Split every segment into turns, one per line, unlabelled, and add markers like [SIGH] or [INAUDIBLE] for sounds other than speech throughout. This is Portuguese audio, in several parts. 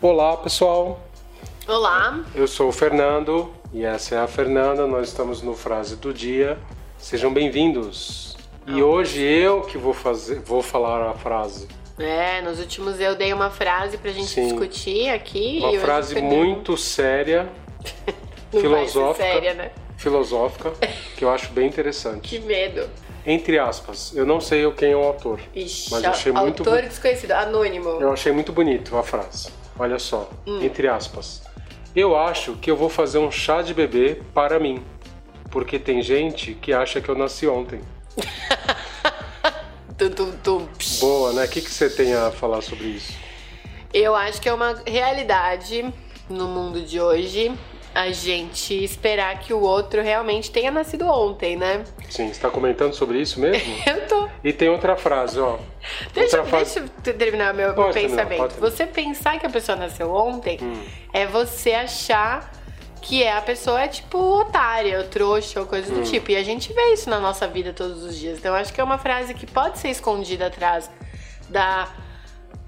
Olá, pessoal.
Olá.
Eu sou o Fernando e essa é a Fernanda. Nós estamos no Frase do Dia. Sejam bem-vindos. E
Ah,
hoje eu que vou fazer, vou falar a frase.
É, nos últimos eu dei uma frase pra gente
Sim.
discutir aqui. e
Uma
hoje
frase
o Fernando
muito séria,
[LAUGHS] não
filosófica.
Vai ser séria, né?
filosófica, que eu acho bem interessante.
Que medo.
Entre aspas, eu não sei quem é o autor.
Ixi,
Mas eu achei
autor
muito bu-
desconhecido, anônimo.
Eu achei muito bonito a frase. Olha só,
Hum.
entre aspas. Eu acho que eu vou fazer um chá de bebê para mim, porque tem gente que acha que eu nasci ontem.
Tum, tum, tum. Psh.
Boa, né? O que, que você tem a falar sobre isso?
Eu acho que é uma realidade no mundo de hoje a gente esperar que o outro realmente tenha nascido ontem, né? [LAUGHS]
Sim, você está comentando sobre isso mesmo?
Eu tô.
E tem outra frase, ó.
[LAUGHS] Deixa,
outra frase.
deixa eu te- terminar meu, meu
Pode terminar,
pensamento.
pode terminar. Hum.
você pensar que a pessoa nasceu ontem é você achar que é a pessoa é tipo otária, ou trouxa ou coisa
Hum.
do tipo. E a gente vê isso na nossa vida todos os dias. Então eu acho que é uma frase que pode ser escondida atrás da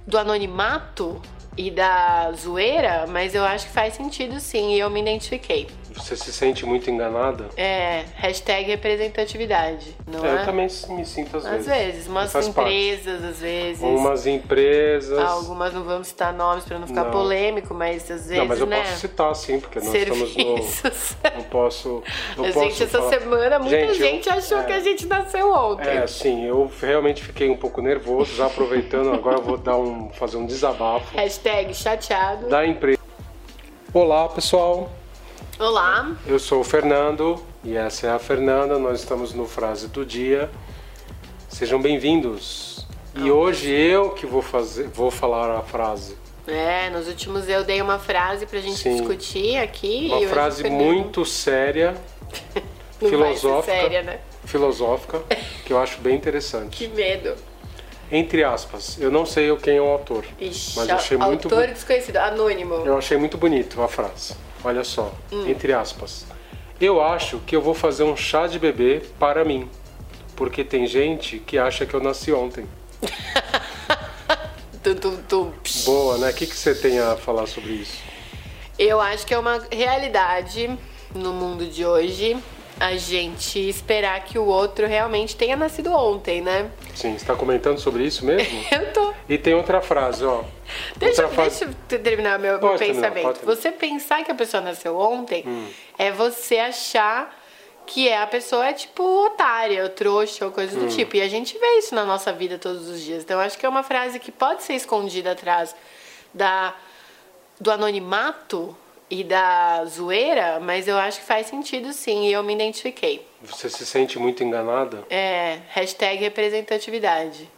do anonimato e da zoeira, mas eu acho que faz sentido sim, e eu me identifiquei.
Você se sente muito enganada?
É, hashtag representatividade, não é?
eu também me sinto às,
Às
vezes.
vezes, umas
Faz parte.
empresas, às vezes.
Umas empresas.
Algumas não vamos citar nomes pra não ficar
Não.
polêmico, mas às vezes,
Não, mas eu
né?
posso citar sim, porque nós estamos no. [LAUGHS]
serviços.
Não posso. Não
[LAUGHS] A
posso
gente, essa
falar.
semana, muita gente,
Gente, eu-
achou
é.
que a gente nasceu ontem.
É, sim, eu realmente fiquei um pouco nervoso, já aproveitando, agora eu vou dar um, fazer um desabafo
Hashtag chateado.
da empresa. Olá, pessoal.
Olá.
Eu sou o Fernando e essa é a Fernanda. Nós estamos no Frase do Dia. Sejam bem-vindos. E hoje eu que vou fazer, vou falar a frase.
É, nos últimos eu dei uma frase pra gente
Sim.
discutir aqui. e
Uma
hoje é o
frase
Fernando
muito séria,
não
filosófica.
Vai ser séria, né?
filosófica, que eu acho bem interessante.
[LAUGHS] Que medo.
Entre aspas, eu não sei quem é o autor,
Ixi,
mas eu achei
autor
muito bu-
desconhecido, anônimo.
Eu achei muito bonito a frase. Olha só,
Hum.
entre aspas. Eu acho que eu vou fazer um chá de bebê para mim, porque tem gente que acha que eu nasci ontem.
Tum, tum, tum. Psh.
Boa, né? O que, que você tem a falar sobre isso?
Eu acho que é uma realidade no mundo de hoje a gente esperar que o outro realmente tenha nascido ontem, né?
Sim, você está comentando sobre isso mesmo?
Eu tô.
E tem outra frase, ó.
[LAUGHS] Deixa,
outra frase.
deixa eu te- terminar meu, meu
Pode terminar,
pensamento.
pode terminar. Hum.
você pensar que a pessoa nasceu ontem é você achar que é a pessoa é tipo otária, ou trouxa ou coisa
Hum.
do tipo. E a gente vê isso na nossa vida todos os dias. Então eu acho que é uma frase que pode ser escondida atrás da do anonimato e da zoeira, mas eu acho que faz sentido sim, e eu me identifiquei.
Você se sente muito enganada?
É, hashtag representatividade.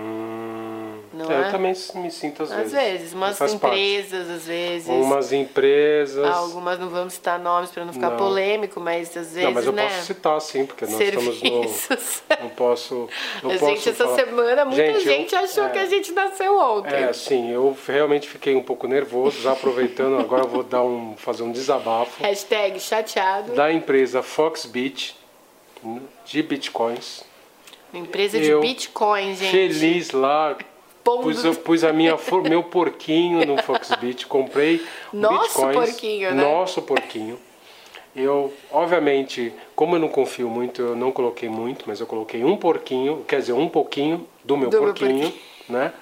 Hum,
Não
é,
é?
Eu também me sinto às,
Às vezes, umas
Faz parte.
empresas, às vezes.
Umas empresas.
Algumas não vamos citar nomes pra não ficar
Não.
polêmico, mas às vezes,
Não, mas eu
né?
posso citar sim, porque nós estamos no.
serviços.
Não
[LAUGHS]
posso. Não
A
posso
gente, essa
falar.
semana, muita gente,
eu-
achou
é,
que a gente nasceu ontem.
É, sim, eu realmente fiquei um pouco nervoso, já aproveitando, agora eu vou dar um, fazer um desabafo
Hashtag chateado.
da empresa Foxbit de bitcoins.
Empresa de
Eu-
Bitcoin, gente.
Feliz lá.
Pondo-
Pus, eu pus a minha, for- meu porquinho no Foxbit, comprei
[LAUGHS] Nosso
bitcoins,
porquinho, né?
Nosso porquinho. Eu, obviamente, como eu não confio muito, eu não coloquei muito, mas eu coloquei um porquinho, quer dizer, um pouquinho do meu,
Do meu
porquinho,
porquinho.
né?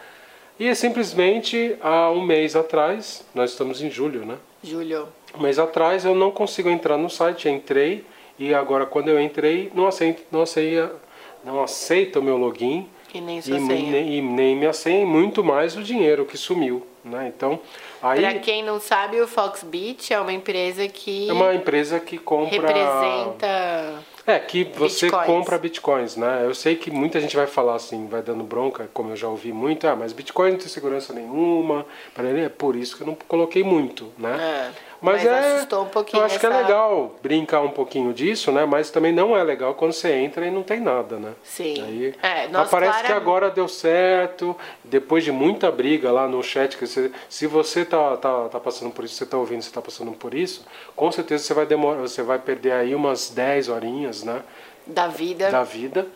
E simplesmente há um mês atrás, nós estamos em julho, né?
Júlio.
Um mês atrás eu não consigo entrar no site, entrei e agora quando eu entrei, não aceita, não aceita, não aceita o meu login
E nem
e,
sua senha.
nem, e nem minha senha, e muito mais o dinheiro que sumiu, né? Então, aí
Pra quem não sabe, o Foxbit é uma empresa que
é uma empresa que compra
representa.
É, que você
Bitcoins.
compra bitcoins, né? Eu sei que muita gente vai falar assim, vai dando bronca, como eu já ouvi muito, ah, mas bitcoin não tem segurança nenhuma, parará, é por isso que eu não coloquei muito, né?
É,
Mas,
mas
é,
assustou um pouquinho
eu acho que é
essa-
legal brincar um pouquinho disso, né? Mas também não é legal quando você entra e não tem nada, né?
Sim.
Aí,
É, nós
mas parece que
claramente-
agora deu certo, depois de muita briga lá no chat, que você- se você tá, tá, tá passando por isso, você tá ouvindo, você tá passando por isso, com certeza você vai demorar, você vai perder aí umas 10 horinhas, né,
Da vida.
da vida.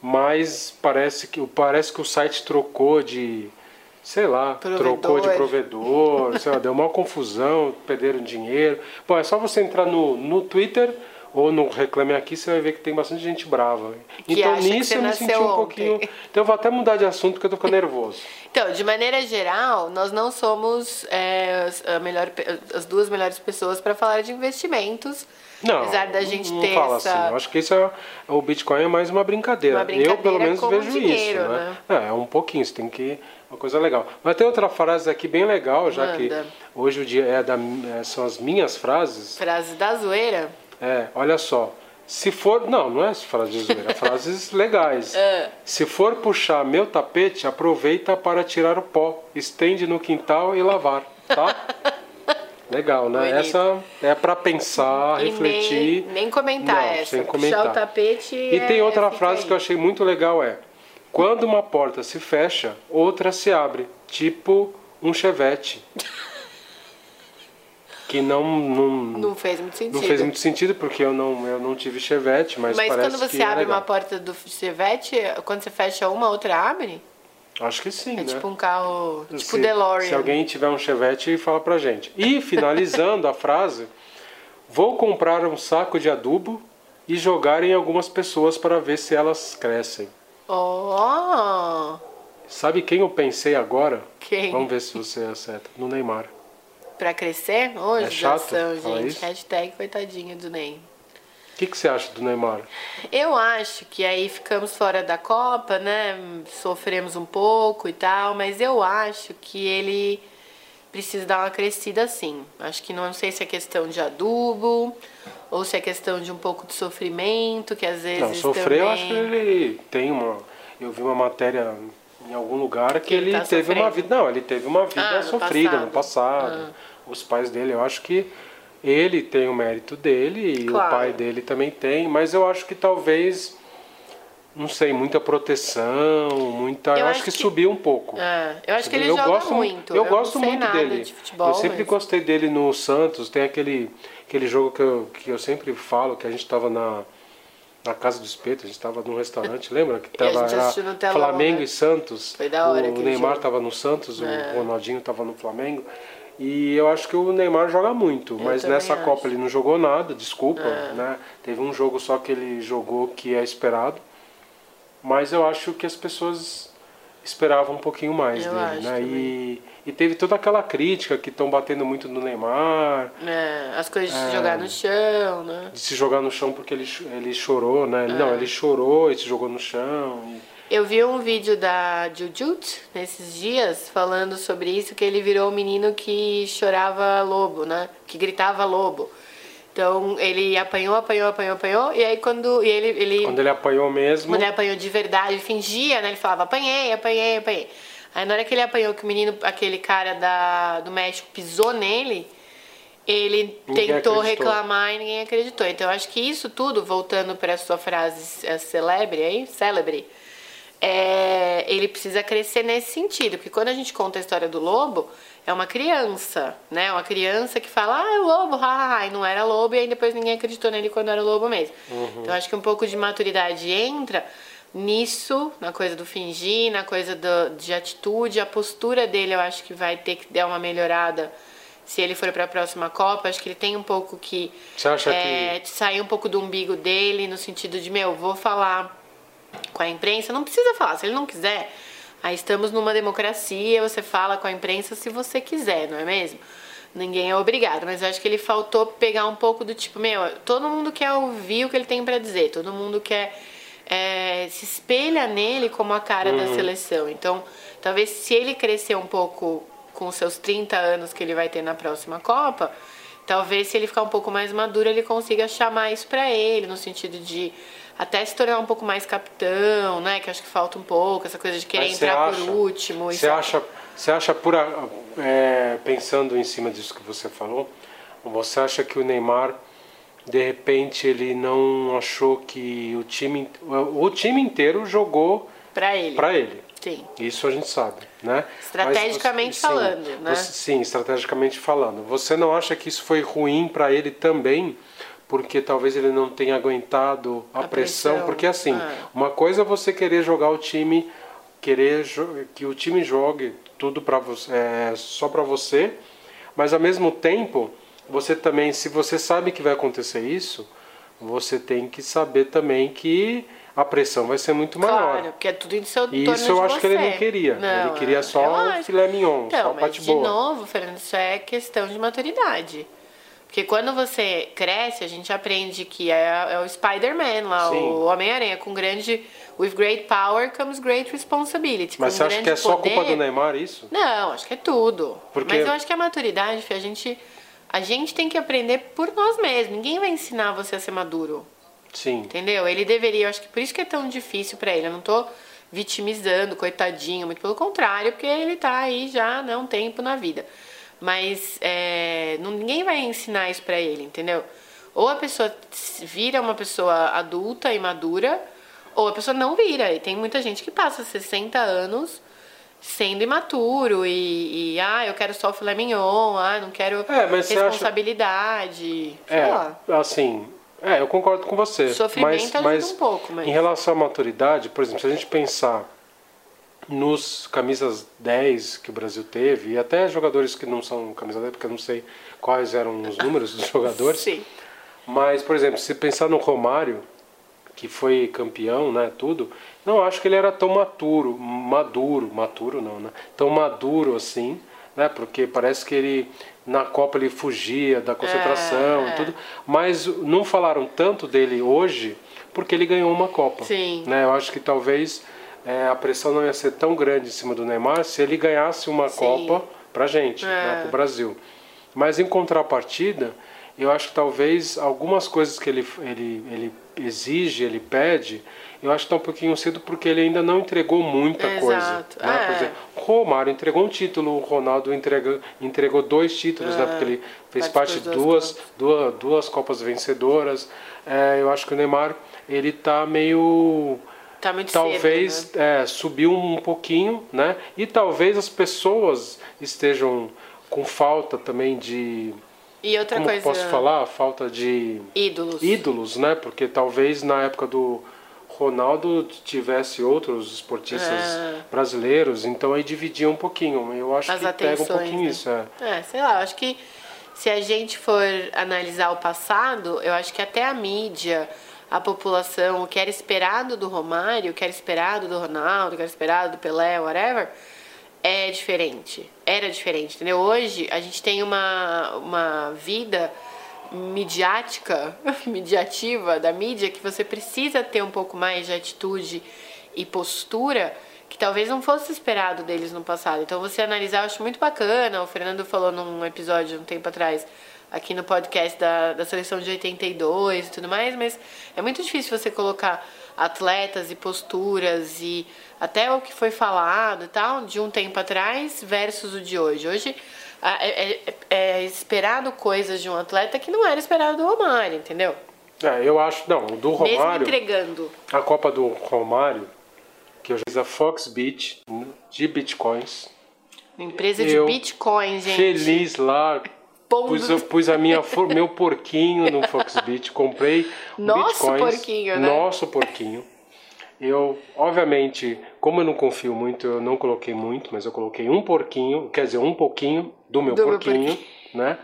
Mas parece que, parece que o site trocou de, sei lá,
Provedor.
trocou de provedor, sei lá, deu uma confusão, perderam dinheiro. Bom, é só você entrar no, no Twitter ou no Reclame Aqui, você vai ver que tem bastante gente brava.
Que
então
acha que
nisso
você
eu me senti
nasceu
um pouquinho.
ontem.
Então eu vou até mudar de assunto porque eu tô ficando
[LAUGHS]
nervoso.
Então, de maneira geral, nós não somos é, as, a melhor pe- as duas melhores pessoas para falar de investimentos.
Não,
apesar da gente
não
ter
fala
essa.
assim. Eu acho que isso é, o Bitcoin é mais uma brincadeira.
Uma
eu
brincadeira
pelo menos
com
vejo
dinheiro,
isso,
né?
né? É, é um pouquinho, você tem que uma coisa legal. Mas tem outra frase aqui bem legal, já que
Manda.
hoje o dia é da, é, são as minhas frases.
Frase da zoeira.
É, olha só. Se for, não, não é frase de zoeira, é frases [LAUGHS] legais.
É.
Se for puxar meu tapete, aproveita para tirar o pó, estende no quintal e lavar,
[LAUGHS]
tá? Legal, né?
Bonito.
Essa é para pensar,
E
refletir.
nem, nem comentar
Não,
essa.
sem
Puxar
comentar.
o tapete.
E
é-
tem outra
fica
frase
aí.
que eu achei muito legal é: quando uma porta se fecha, outra se abre, tipo um
[LAUGHS]
chevette. que não não,
Não fez muito sentido.
não fez muito sentido porque eu não eu não tive chevette, mas,
Mas
parece
quando
que
você
é
abre
legal.
uma porta do Chevette, quando você fecha uma, a outra abre?
Acho que sim,
É
né?
tipo um carro. Tipo
se,
DeLorean.
Se alguém tiver um chevette, fala pra gente. E finalizando a frase, vou comprar um saco de adubo e jogar em algumas pessoas para ver se elas crescem.
Oh!
Sabe quem eu pensei agora?
Quem?
Vamos ver se você acerta. No Neymar.
Pra crescer? Hoje,
É chato falar
gente.
isso?
Hashtag coitadinha do Ney.
O que, que você acha do Neymar?
Eu acho que aí ficamos fora da Copa, né? Sofremos um pouco e tal, mas eu acho que ele precisa dar uma crescida sim. Acho que não, não sei se é questão de adubo ou se é questão de um pouco de sofrimento, que às vezes
Não, sofreu, eu
também...
acho que ele tem uma. Eu vi uma matéria em algum lugar que
ele
ele,
tá
teve
sofrendo.
uma vida. Não, ele teve uma vida
Ah, no
sofrida no
passado. Ah.
passado. Os pais dele, eu acho que ele tem o mérito dele e
Claro.
o pai dele também tem, mas eu acho que talvez. Não sei, muita proteção, muita. Eu, acho, que, subiu um pouco.
É, eu acho que ele
eu
joga
gosto,
muito.
Eu,
não
gosto
sei
muito
nada
dele.
De futebol,
eu sempre
mas-
gostei dele no Santos. Tem aquele, aquele jogo que eu, que eu sempre falo, que a gente estava na, na Casa do Espeto, a gente estava num
[LAUGHS]
restaurante, lembra? Que
a
tava,
gente
era
assistiu no telão,
Flamengo
né?
e Santos.
Foi da hora
O
aquele
Neymar
jogo.
estava no Santos,
É.
o Ronaldinho estava no Flamengo. E eu acho que o Neymar joga muito, mas
também
nessa Copa
acho. É.
ele não jogou nada, desculpa. Né? Teve um jogo só que ele jogou que é esperado. Mas eu acho que as pessoas esperavam um pouquinho mais
Eu
dele,
acho
né?
também.
E, e teve toda aquela crítica que estão batendo muito no Neymar,
É, as coisas de se jogar no chão, né?
de se jogar no chão porque ele, cho- ele chorou,
É.
né? Ele- Não, ele chorou e se jogou no chão. e-
Eu vi um vídeo da Jujut nesses dias falando sobre isso, que ele virou um menino que chorava lobo, né? Que gritava lobo. Então ele apanhou, apanhou, apanhou, apanhou, e aí quando e ele, ele
Quando ele apanhou mesmo,
quando ele apanhou de verdade, ele fingia, né? Ele falava, apanhei, apanhei, apanhei. Aí na hora que ele apanhou, que o menino, aquele cara da, do México pisou nele, ele
Ninguém acreditou.
tentou reclamar e ninguém acreditou. Então eu acho que isso tudo, voltando para a sua frase é, celebre aí, célebre, é, ele precisa crescer nesse sentido. Porque quando a gente conta a história do lobo, é uma criança, né? Uma criança que fala, ah, é lobo, ha, ha, ha", e não era lobo, e aí depois ninguém acreditou nele quando era lobo mesmo.
Uhum.
Então acho que um pouco de maturidade entra nisso, na coisa do fingir, na coisa do- de atitude, a postura dele eu acho que vai ter que dar uma melhorada. Se ele for para a próxima Copa, acho que ele tem um pouco que
Você acha
é, de sair um pouco do umbigo dele, no sentido de, meu, vou falar com a imprensa, não precisa falar, se ele não quiser. Aí estamos numa democracia, você fala com a imprensa se você quiser, não é mesmo? Ninguém é obrigado, mas eu acho que ele faltou pegar um pouco do tipo, meu, todo mundo quer ouvir o que ele tem pra dizer, todo mundo quer é, se espelha nele como a cara da seleção. Então, talvez se ele crescer um pouco com os seus 30 anos que ele vai ter na próxima Copa, Talvez se ele ficar um pouco mais maduro, ele consiga chamar isso pra ele, no sentido de até se tornar um pouco mais capitão, né? Que acho que falta um pouco, essa coisa de querer
Mas você
entrar
acha-
por último.
Você
isso- é
acha, você acha por a- é, pensando em cima disso que você falou, você acha que o Neymar de repente ele não achou que o time, o time inteiro jogou
Pra ele.
para ele?
Sim.
Isso a gente sabe, né?
Estrategicamente
Mas
falando, né?
você- sim, estrategicamente falando. Você não acha que isso foi ruim para ele também? Porque talvez ele não tenha aguentado a,
A
pressão,
pressão,
Porque assim,
é.
uma coisa é você querer jogar o time, querer jo- que o time jogue tudo para você, é, só para você. Mas ao mesmo tempo, você também, se você sabe que vai acontecer isso, você tem que saber também que a pressão vai ser muito maior.
Claro, porque é tudo em seu
E
torno
isso eu
de
acho que
você.
ele não queria.
Não,
ele queria
eu
só o
acho.
filé mignon, só
Então,
a
mas
parte
de
boa.
novo, Fernando, isso é questão de maturidade. Porque quando você cresce, a gente aprende que é, é o Spider-Man lá,
Sim.
o Homem-Aranha, com grande. With great power comes great responsibility.
Mas
com
você acha
Um grande
que é só
poder,
culpa do Neymar isso?
Não, acho que é tudo.
Porque-
Mas eu acho que a maturidade, Fih, a gente, a gente tem que aprender por nós mesmos. Ninguém vai ensinar você a ser maduro.
Sim.
Entendeu? Ele deveria, eu acho que por isso que é tão difícil pra ele. Eu não tô vitimizando, coitadinho, muito pelo contrário, porque ele tá aí já né, um tempo na vida. Mas é, não- ninguém vai ensinar isso pra ele, entendeu? Ou a pessoa se- vira uma pessoa adulta e madura, ou a pessoa não vira. E tem muita gente que passa 60 anos sendo imaturo e, e, ah, eu quero só o filé mignon, ah, não quero
É, mas você acha-
responsabilidade. Sei lá.
É, assim, é, eu concordo com você.
Sofrimento
mas,
ajuda
mas
um pouco, mas-
Em relação à maturidade, por exemplo, se a gente pensar nos camisas 10 que o Brasil teve, e até jogadores que não são camisa 10, porque eu não sei quais eram os números dos [LAUGHS] jogadores.
Sim.
Mas, por exemplo, se pensar no Romário, que foi campeão, né, tudo, não acho que ele era tão maturo, maduro, maturo não, né? Tão maduro assim, né? Porque parece que ele na Copa ele fugia da concentração
É,
e
é.
tudo, mas não falaram tanto dele hoje porque ele ganhou uma Copa.
Sim.
Né? Eu acho que talvez é, a pressão não ia ser tão grande em cima do Neymar se ele ganhasse uma
Sim.
Copa pra gente,
É.
né, pro Brasil. Mas em contrapartida, eu acho que talvez algumas coisas que ele, ele, ele exige, ele pede, eu acho que tá um pouquinho cedo porque ele ainda não entregou muita
Exato.
coisa. Né? Por
É.
exemplo, o Romário entregou um título, o Ronaldo entrega, entregou dois títulos, né? Porque ele fez parte de
É. participou de
duas,
duas
duas, duas Copas vencedoras. É, eu acho que o Neymar, ele tá meio
Tá muito cedo,
talvez
né?
é, subiu um pouquinho, né? E talvez as pessoas estejam com falta também de.
E outra
como
coisa.
posso falar? Falta de
Ídolos.
ídolos, né? Porque talvez na época do Ronaldo tivesse outros esportistas
É.
brasileiros, então aí dividia um pouquinho. Eu acho
As
que pega um
atenções,
pouquinho
né?
isso. É.
É, sei lá, eu acho que se a gente for analisar o passado, eu acho que até a mídia, a população, o que era esperado do Romário, o que era esperado do Ronaldo, o que era esperado do Pelé, whatever, é diferente. Era diferente, entendeu? Hoje a gente tem uma, uma vida midiática, [LAUGHS] midiativa da mídia, que você precisa ter um pouco mais de atitude e postura que talvez não fosse esperado deles no passado. Então você analisar, eu acho muito bacana. O Fernando falou num episódio um tempo atrás aqui no podcast da, da seleção de 82 e tudo mais, mas é muito difícil você colocar atletas e posturas e até o que foi falado e tal de um tempo atrás versus o de hoje. Hoje a- é, é- é esperado coisas de um atleta que não era esperado do Romário, entendeu?
É, eu acho, não, o do
Mesmo
Romário.
entregando.
A Copa do Romário, que eu fiz a Fox Beach de bitcoins.
Uma empresa de
Eu-
Bitcoin, gente.
Feliz lá.
Pondo-
Pus, eu pus a minha, for- meu porquinho no Fox Beach, comprei
Nosso
bitcoins,
porquinho, né?
Nosso porquinho. Eu, obviamente, como eu não confio muito, eu não coloquei muito, mas eu coloquei um porquinho, quer dizer, um pouquinho do meu,
Do meu
porquinho, né?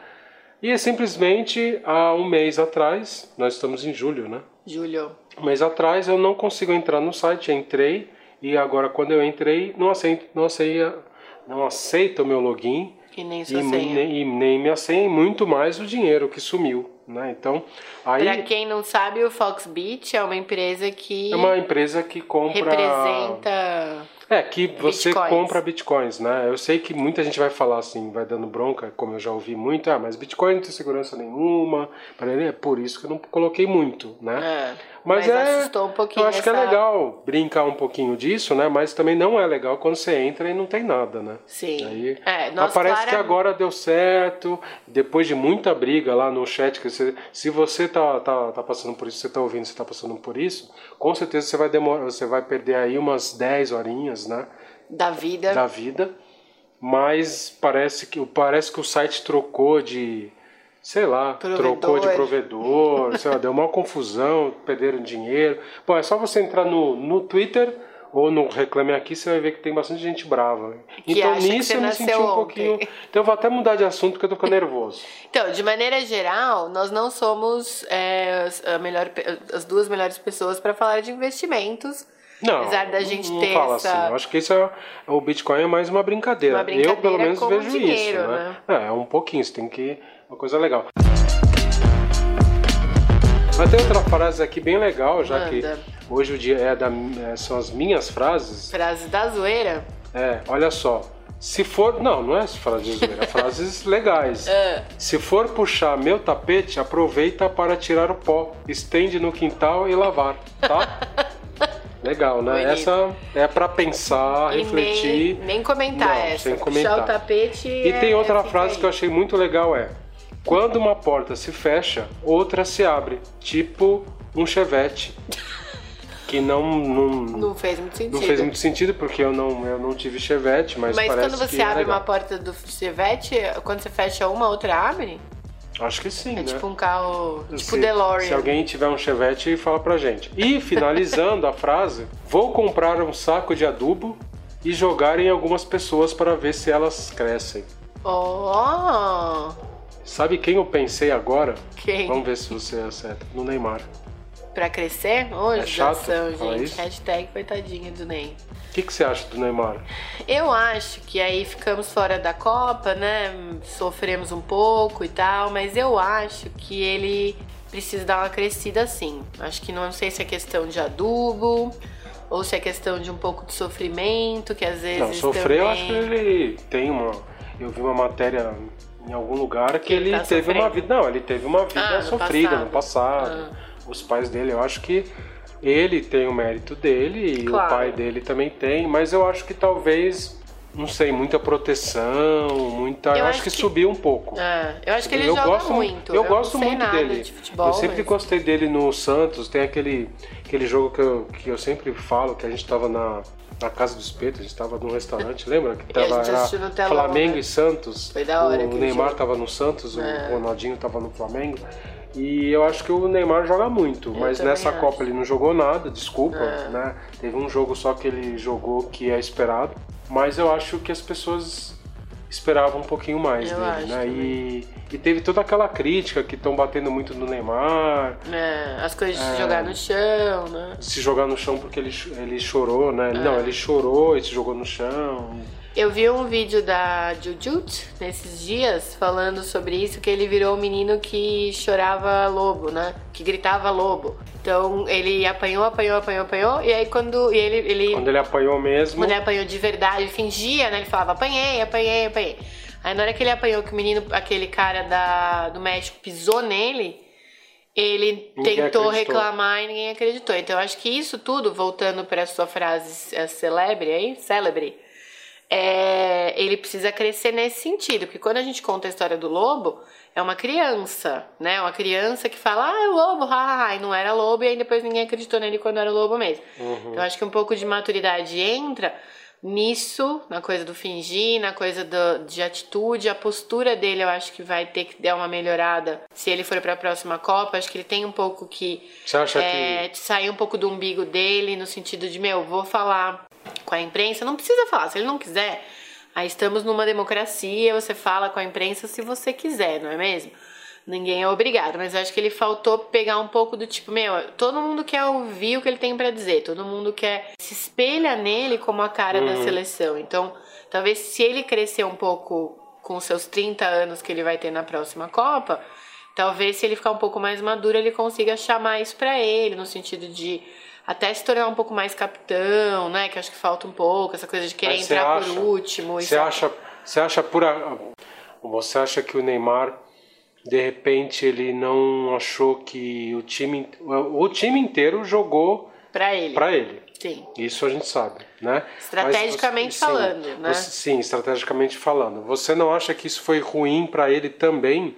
E é simplesmente há um mês atrás, nós estamos em julho, né?
Júlio.
Um mês atrás eu não consigo entrar no site, entrei e agora quando eu entrei não aceito, não aceita, não aceita o meu login
E nem
e
sua senha.
nem, e nem minha senha e muito mais o dinheiro que sumiu, né? Então aí
Pra quem não sabe, o Fox Beach é uma empresa que
é uma empresa que compra
representa.
É, que você
Bitcoins.
compra bitcoins, né? Eu sei que muita gente vai falar assim, vai dando bronca, como eu já ouvi muito, ah, mas bitcoin não tem segurança nenhuma, parará, é por isso que eu não coloquei muito, né?
É,
Mas,
mas
é,
assustou um pouquinho
Eu acho que é
essa-
legal brincar um pouquinho disso, né? Mas também não é legal quando você entra e não tem nada, né?
Sim.
Aí,
É,
mas
nós
parece que
claramente-
agora deu certo, depois de muita briga lá no chat, que você- se você tá, tá, tá passando por isso, você tá ouvindo, você tá passando por isso, com certeza você vai demorar, você vai perder aí umas 10 horinhas, né?
da vida.
Da vida. Mas parece que, parece que o site trocou de. Sei lá,
Provedor.
trocou de provedor, sei lá, deu uma confusão, perderam dinheiro. Bom, é só você entrar no, no Twitter ou no Reclame Aqui, você vai ver que tem bastante gente brava.
Que
então
acha que
nisso
você
eu me
nasceu
senti um
ontem.
pouquinho. Então eu vou até mudar de assunto porque eu tô
[LAUGHS]
ficando nervoso.
Então, de maneira geral, nós não somos é, as, a melhor pe- as duas melhores pessoas para falar de investimentos.
Não.
Apesar da gente
não
ter
fala
essa-
assim. Eu acho que isso é, o Bitcoin é mais uma brincadeira.
Uma brincadeira
eu pelo menos
com
vejo
dinheiro,
isso, né? É, é um pouquinho, você tem que uma coisa legal. Mas tem outra frase aqui bem legal, já que
Manda.
hoje o dia é da, é, são as minhas frases.
Frase da zoeira.
É, olha só. Se for. Não, não é frase zoeira, é
[LAUGHS]
frases legais.
É.
Se for puxar meu tapete, aproveita para tirar o pó. Estende no quintal e lavar,
[LAUGHS]
tá? Legal, né?
Bonito.
Essa é para pensar,
E
refletir.
nem, nem comentar
Não,
essa.
sem
Puxar
comentar.
o tapete. é
E tem outra frase que eu
acho.
achei muito legal é: quando uma porta se fecha, outra se abre, tipo um chevette. Que não, não,
Não fez muito sentido.
não fez muito sentido porque eu não, eu não tive chevette, mas,
Mas
parece
quando
que
você
é
abre
legal.
uma porta do Chevette, quando você fecha uma, outra abre?
Acho que sim,
É
né?
tipo um carro, tipo
se,
DeLorean.
Se alguém tiver um chevette, fala pra gente. E finalizando a frase, vou comprar um saco de adubo e jogar em algumas pessoas para ver se elas crescem.
Oh!
Sabe quem eu pensei agora?
Quem?
Vamos ver se você acerta. No Neymar.
Pra crescer? Hoje,
É chato falar
gente.
isso?
Hashtag coitadinha do Ney.
O que, que você acha do Neymar?
Eu acho que aí ficamos fora da Copa, né? Sofremos um pouco e tal, mas eu acho que ele precisa dar uma crescida sim. Acho que não sei se é questão de adubo ou se é questão de um pouco de sofrimento, que às vezes.
Não, sofreu,
também...
acho que ele tem uma. Eu vi uma matéria em algum lugar que,
Que
ele
ele tá
teve uma
sofrendo.
vida. Não, ele teve uma vida
Ah, no
sofrida
passado. Ah.
no passado. Os pais dele, eu acho que ele tem o mérito dele e o
Claro.
pai dele também tem, mas eu acho que talvez, não sei, muita proteção, muita. Eu, acho, que, subiu um pouco.
É, eu acho que ele
eu
joga
gosto,
muito.
Eu,
não
gosto
sei
muito
nada
dele.
De futebol,
eu sempre
mas-
gostei dele no Santos. Tem aquele, aquele jogo que eu, que eu sempre falo, que a gente tava na, na Casa do Espeto, a gente tava num restaurante, lembra?
[LAUGHS]
Que
a gente
tava era
assistiu no telão,
Flamengo
né?
e Santos.
Foi da hora
O
aquele
Neymar
jogo. É.
tava no Santos, o Ronaldinho tava no Flamengo. E eu acho que o Neymar joga muito, mas
também
nessa
acho.
Copa ele não jogou nada, desculpa,
É.
né? Teve um jogo só que ele jogou que é esperado, mas eu acho que as pessoas esperavam um pouquinho mais
Eu
dele,
acho
né?
também.
E, e teve toda aquela crítica que estão batendo muito no Neymar,
É, as coisas de se jogar no chão, né?
se jogar no chão porque ele, cho- ele chorou,
É.
né? Não, ele chorou e se jogou no chão.
Eu vi um vídeo da Jujut nesses dias falando sobre isso, que ele virou um menino que chorava lobo, né? Que gritava lobo. Então ele apanhou, apanhou, apanhou, apanhou, e aí quando e ele, ele
Quando ele apanhou mesmo,
quando ele apanhou de verdade, ele fingia, né? Ele falava, apanhei, apanhei, apanhei. Aí na hora que ele apanhou, que o menino, aquele cara da, do México pisou nele, ele
Ninguém acreditou.
tentou reclamar e ninguém acreditou. Então eu acho que isso tudo, voltando para a sua frase é, celebre aí, célebre, é, ele precisa crescer nesse sentido, porque quando a gente conta a história do lobo, é uma criança, né? Uma criança que fala, ah, é o lobo, ha, ha, ha", e não era lobo, e aí depois ninguém acreditou nele quando era lobo mesmo. Então acho que um pouco de maturidade entra nisso, na coisa do fingir, na coisa do- de atitude, a postura dele eu acho que vai ter que dar uma melhorada. Se ele for para a próxima Copa, acho que ele tem um pouco que
você acha
é, de sair um pouco do umbigo dele, no sentido de, meu, vou falar com a imprensa. Não precisa falar, se ele não quiser. Aí estamos numa democracia, você fala com a imprensa se você quiser, não é mesmo? Ninguém é obrigado, mas eu acho que ele faltou pegar um pouco do tipo, meu, todo mundo quer ouvir o que ele tem pra dizer, todo mundo quer se espelha nele como a cara
Hum.
da seleção. Então, talvez se ele crescer um pouco com os seus 30 anos que ele vai ter na próxima Copa, Talvez se ele ficar um pouco mais maduro, ele consiga chamar isso pra ele, no sentido de até se tornar um pouco mais capitão, né? Que acho que falta um pouco, essa coisa de querer
Mas você
entrar
acha?
por último.
que.
isso é
Você acha, você acha por. a- Você acha que o Neymar, de repente, ele não achou que o time. O time inteiro jogou
pra ele.
pra ele.
Sim.
Isso a gente sabe, né?
Estrategicamente
Mas
falando, né?
você- sim, estrategicamente falando. Você não acha que isso foi ruim para ele também?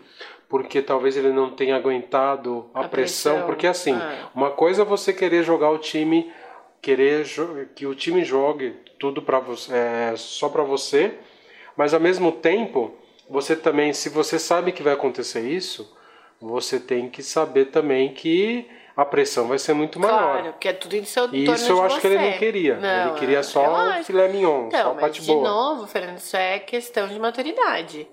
Porque talvez ele não tenha aguentado a,
A
pressão.
pressão,
Porque, assim,
é.
uma coisa é você querer jogar o time, querer jo- que o time jogue tudo para você, é, só para você, mas ao mesmo tempo, você também, se você sabe que vai acontecer isso, você tem que saber também que a pressão vai ser muito maior.
Claro, porque é tudo em seu
E
torno
isso eu
de
acho que
você.
ele não queria.
Não,
ele queria
é
só
lógico.
filé mignon, só
Então,
a
mas
parte
de
boa.
novo, Fernando, isso é questão de maturidade.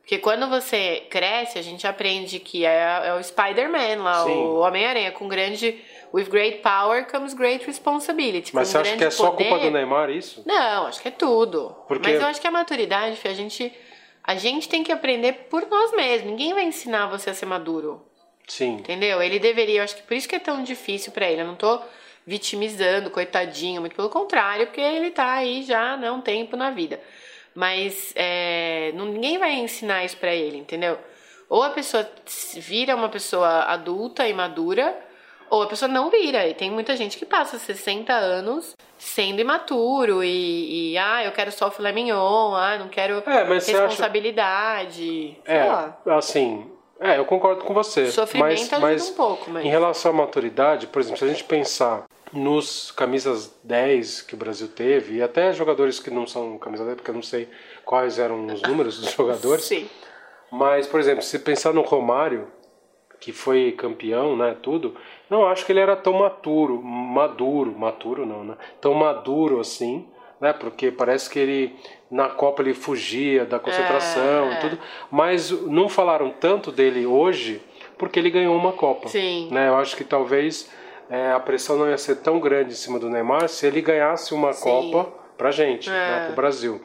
Porque quando você cresce, a gente aprende que é, é o Spider-Man lá,
Sim.
o Homem-Aranha, com grande. With great power comes great responsibility.
mas você
com um
acha
grande
que é só
poder,
culpa do Neymar isso?
Não, acho que é tudo.
Porque-
Mas eu acho que a maturidade, Fih, a gente, a gente tem que aprender por nós mesmos. Ninguém vai ensinar você a ser maduro.
Sim.
Entendeu? Ele deveria, eu acho que por isso que é tão difícil pra ele. Eu não tô vitimizando, coitadinho, muito pelo contrário, porque ele tá aí já né, um tempo na vida. Mas é, não- ninguém vai ensinar isso pra ele, entendeu? Ou a pessoa se- vira uma pessoa adulta e madura, ou a pessoa não vira. E tem muita gente que passa 60 anos sendo imaturo e, e, ah, eu quero só o filé mignon, ah, não quero
É, mas você acha.
responsabilidade. Sei
É,
lá.
assim. É, eu concordo com você.
Sofrimento
mas,
ajuda
mas
um pouco, mas.
Em relação à maturidade, por exemplo, se a gente pensar nos camisas 10 que o Brasil teve, e até jogadores que não são camisa 10, porque eu não sei quais eram os números
[LAUGHS]
dos jogadores,
Sim.
mas, por exemplo, se pensar no Romário, que foi campeão, né, tudo, não acho que ele era tão maturo, maduro, maturo não, né, tão maduro assim, né, porque parece que ele, na Copa ele fugia da concentração
É,
e
é.
tudo, mas não falaram tanto dele hoje, porque ele ganhou uma Copa,
Sim.
né, eu acho que talvez é, a pressão não ia ser tão grande em cima do Neymar se ele ganhasse uma
Sim.
Copa pra gente,
É.
né, pro Brasil.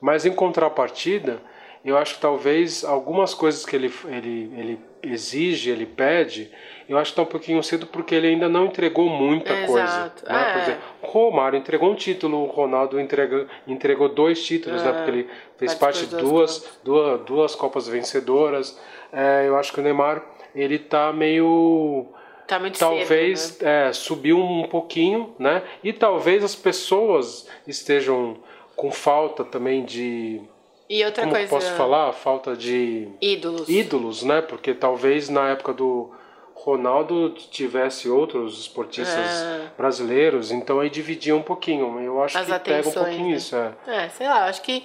Mas em contrapartida, eu acho que talvez algumas coisas que ele, ele, ele exige, ele pede, eu acho que tá um pouquinho cedo porque ele ainda não entregou muita
É, Exato.
coisa. Né? Por
É.
exemplo, o Romário entregou um título, o Ronaldo entrega, entregou dois títulos, né?
É.
Porque ele fez
Participou
parte
de
de
duas
duas, duas, duas Copas vencedoras. É, eu acho que o Neymar, ele tá meio
Tá muito
talvez
cedo,
é, subiu um pouquinho, né? E talvez as pessoas estejam com falta também de.
né? E outra
como que
coisa.
eu posso falar? Falta de
Ídolos.
ídolos, né? Porque talvez na época do Ronaldo tivesse outros esportistas
Ah.
brasileiros, então aí dividia um pouquinho. Eu acho
As
que pega um
atenções,
pouquinho
né?
isso. É.
É, sei lá, eu acho que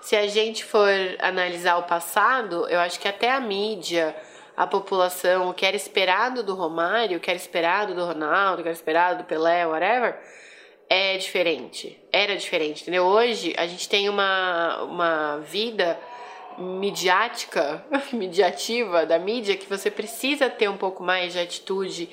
se a gente for analisar o passado, eu acho que até a mídia, a população, o que era esperado do Romário, o que era esperado do Ronaldo, o que era esperado do Pelé, whatever, é diferente. Era diferente, entendeu? Hoje a gente tem uma, uma vida midiática, [LAUGHS] midiativa da mídia, que você precisa ter um pouco mais de atitude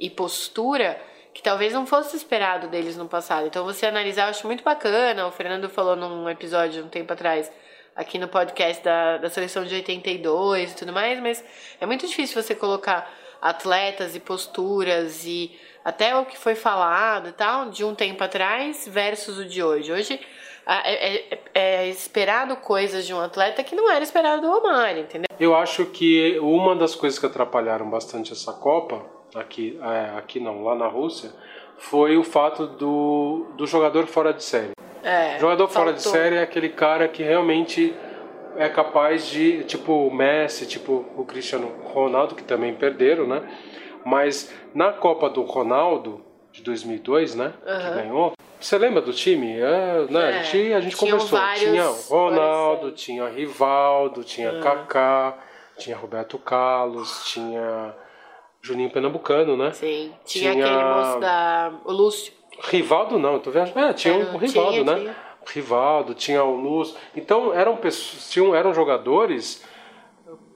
e postura que talvez não fosse esperado deles no passado. Então você analisar, eu acho muito bacana. O Fernando falou num episódio um tempo atrás aqui no podcast da, da seleção de 82 e tudo mais, mas é muito difícil você colocar atletas e posturas e até o que foi falado e tal de um tempo atrás versus o de hoje. Hoje a- é, é- é esperado coisas de um atleta que não era esperado do Romário, entendeu?
Eu acho que uma das coisas que atrapalharam bastante essa Copa, aqui, é, aqui não, lá na Rússia, foi o fato do, do jogador fora de série.
É,
Jogador fora de
faltou.
série é aquele cara que realmente é capaz de, tipo o Messi, tipo o Cristiano Ronaldo, que também perderam, né? Mas na Copa do Ronaldo de 2002, né? Que
Aham.
ganhou. Você lembra do time? É, né?
É,
a gente, a gente
tinham
conversou.
vários
Tinha
fora de
Ronaldo,
série.
tinha Rivaldo, tinha Kaká, tinha Roberto Carlos, tinha Juninho Pernambucano, né?
Sim, tinha,
Tinha-
aquele moço da. O Lúcio.
Rivaldo não, eu tô viajando. É, tinha
Era-
o Rivaldo,
tinha,
né?
tinha.
O Rivaldo, tinha o Luz. Então eram pessoas, tinham, eram jogadores,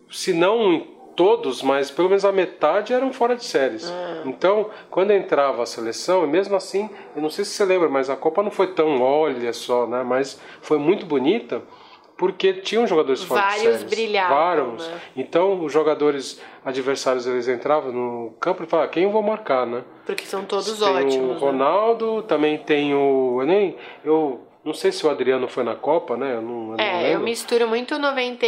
se não em todos, mas pelo menos a metade eram fora de séries.
Ah.
Então, quando entrava a seleção, e mesmo assim, eu não sei se você lembra, mas a Copa não foi tão olha só, né? Mas foi muito bonita. Porque tinham jogadores fora de
Vários
séries.
brilhavam,
Vários.
né?
Então, os jogadores adversários, eles entravam no campo e falavam, quem eu vou marcar, né?
Porque são todos
tem
ótimos.
o
né?
Ronaldo, também tem o. Eu nem. Eu não sei se o Adriano foi na Copa, né? Eu não, eu não
É, eu
lembro.
misturo muito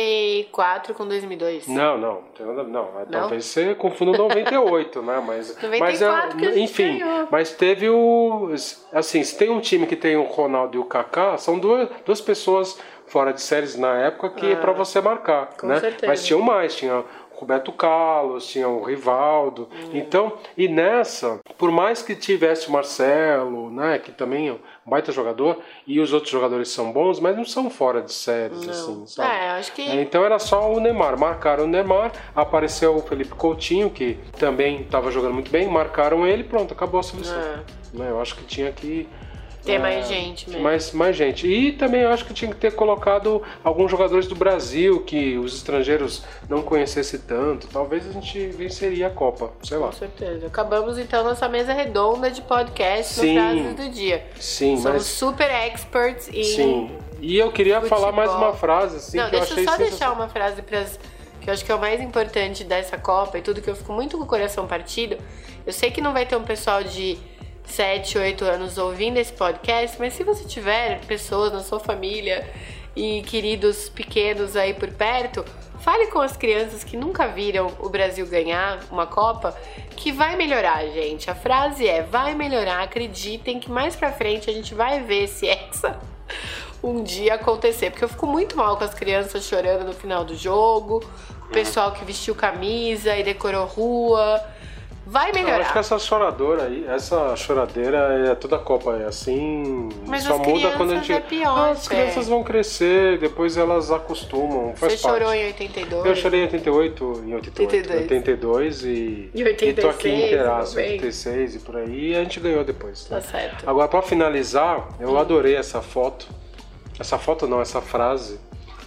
94 com 2002.
Não, não, tem nada- não, é, Talvez você confunda o 98, né? Mas,
[LAUGHS] 94
mas
que a
é,
gente
enfim,
ganhou.
mas teve o. Assim, se tem um time que tem o Ronaldo e o Kaká, são duas, duas pessoas fora de séries na época que é pra você marcar,
Ah, com
né?
certeza.
Mas tinha mais, tinha o Roberto Carlos, tinha o Rivaldo.
Hum.
Então, e nessa, por mais que tivesse o Marcelo, né, que também um baita jogador, e os outros jogadores são bons, mas não são fora de séries,
Não.
assim, sabe?
É, acho que-
É, então era só o Neymar. Marcaram o Neymar, apareceu o Felipe Coutinho, que também estava jogando muito bem, marcaram ele, pronto, acabou a solução.
É.
Né, Eu acho que tinha que.
Ter ah,
É,
mais gente mesmo.
Mais, mais gente. E também eu acho que tinha que ter colocado alguns jogadores do Brasil que os estrangeiros não conhecessem tanto. Talvez a gente venceria a Copa, sei lá.
Com certeza. Acabamos então nossa mesa redonda de podcast
Sim.
no Frases do Dia.
Sim,
Somos
mas.
super experts em.
Sim. E eu queria
um Futebol.
falar mais uma frase, assim,
Não,
que eu
deixa
achei
eu só deixar
sensacional.
uma frase pras. Que eu acho que é o mais importante dessa Copa e tudo que eu fico muito com o coração partido. Eu sei que não vai ter um pessoal de 7, 8 anos ouvindo esse podcast, mas se você tiver pessoas na sua família e queridos pequenos aí por perto, fale com as crianças que nunca viram o Brasil ganhar uma Copa, que vai melhorar, gente. A frase é: vai melhorar, acreditem que mais pra frente a gente vai ver esse Hexa um dia acontecer. Porque eu fico muito mal com as crianças chorando no final do jogo, com o pessoal que vestiu camisa e decorou rua.
Eu
Vai
acho que
melhorar.
essa choradora aí, essa choradeira é toda a Copa, é assim.
Mas
só
as
muda quando a gente.
crianças é pior,
Ah, as
Fê.
crianças vão crescer, depois elas acostumam, faz
Você
parte.
chorou em 82?
Eu chorei em 88, em 88,
82.
82 e,
E
e tô aqui
86,
em Terraço,
tudo bem.
86 e por aí, e a gente ganhou depois. né?
Tá certo. Hum.
Agora, pra finalizar, eu adorei essa foto. Essa foto não, essa frase.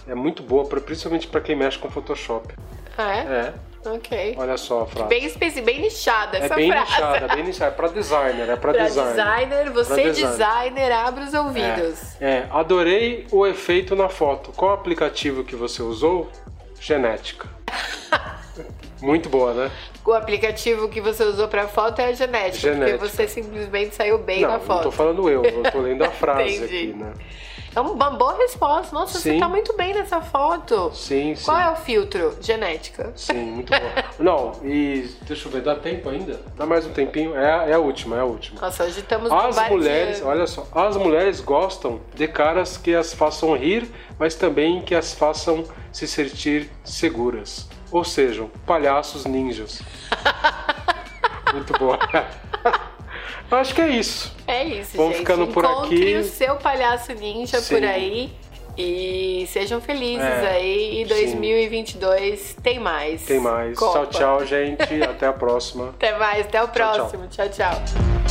É muito boa, pra- principalmente pra quem mexe com Photoshop.
Ah, é?
É,
Ok.
olha só a frase.
Bem, especi- bem nichada
é
essa
bem
frase.
nichada, bem nichada. É pra designer, é pra,
[LAUGHS] Pra
designer.
designer, você
designer.
designer, abre os
É,
ouvidos.
é, adorei o efeito na foto. Qual aplicativo que você usou?
[LAUGHS]
Genética. muito boa, né?
O aplicativo que você usou pra foto é a genética,
Genética.
porque você simplesmente saiu bem
não,
na
não
foto.
tô falando eu, eu tô
[LAUGHS]
lendo a frase
Entendi.
aqui, né?
É uma boa resposta. Nossa, você
Sim.
tá muito bem nessa foto.
Sim, sim.
Qual é o filtro? Genética.
Sim, muito bom. Não, e deixa eu ver, dá tempo ainda? Dá mais um tempinho? É, a- é a última, é a última.
Nossa, hoje estamos
As
bombardeando.
mulheres, olha só, as mulheres gostam de caras que as façam rir, mas também que as façam se sentir seguras. Ou sejam, palhaços ninjas. Muito boa. [LAUGHS] Acho que é isso.
É isso,
Vamos
gente.
ficando por
Encontre
aqui.
o seu palhaço ninja
Sim.
por aí. E sejam felizes
É,
aí. E
sim.
2022 tem mais.
Tem mais. Tchau,
Copa.
tchau, gente. Até a próxima.
Até mais. Até o
tchau.
próximo. tchau. tchau.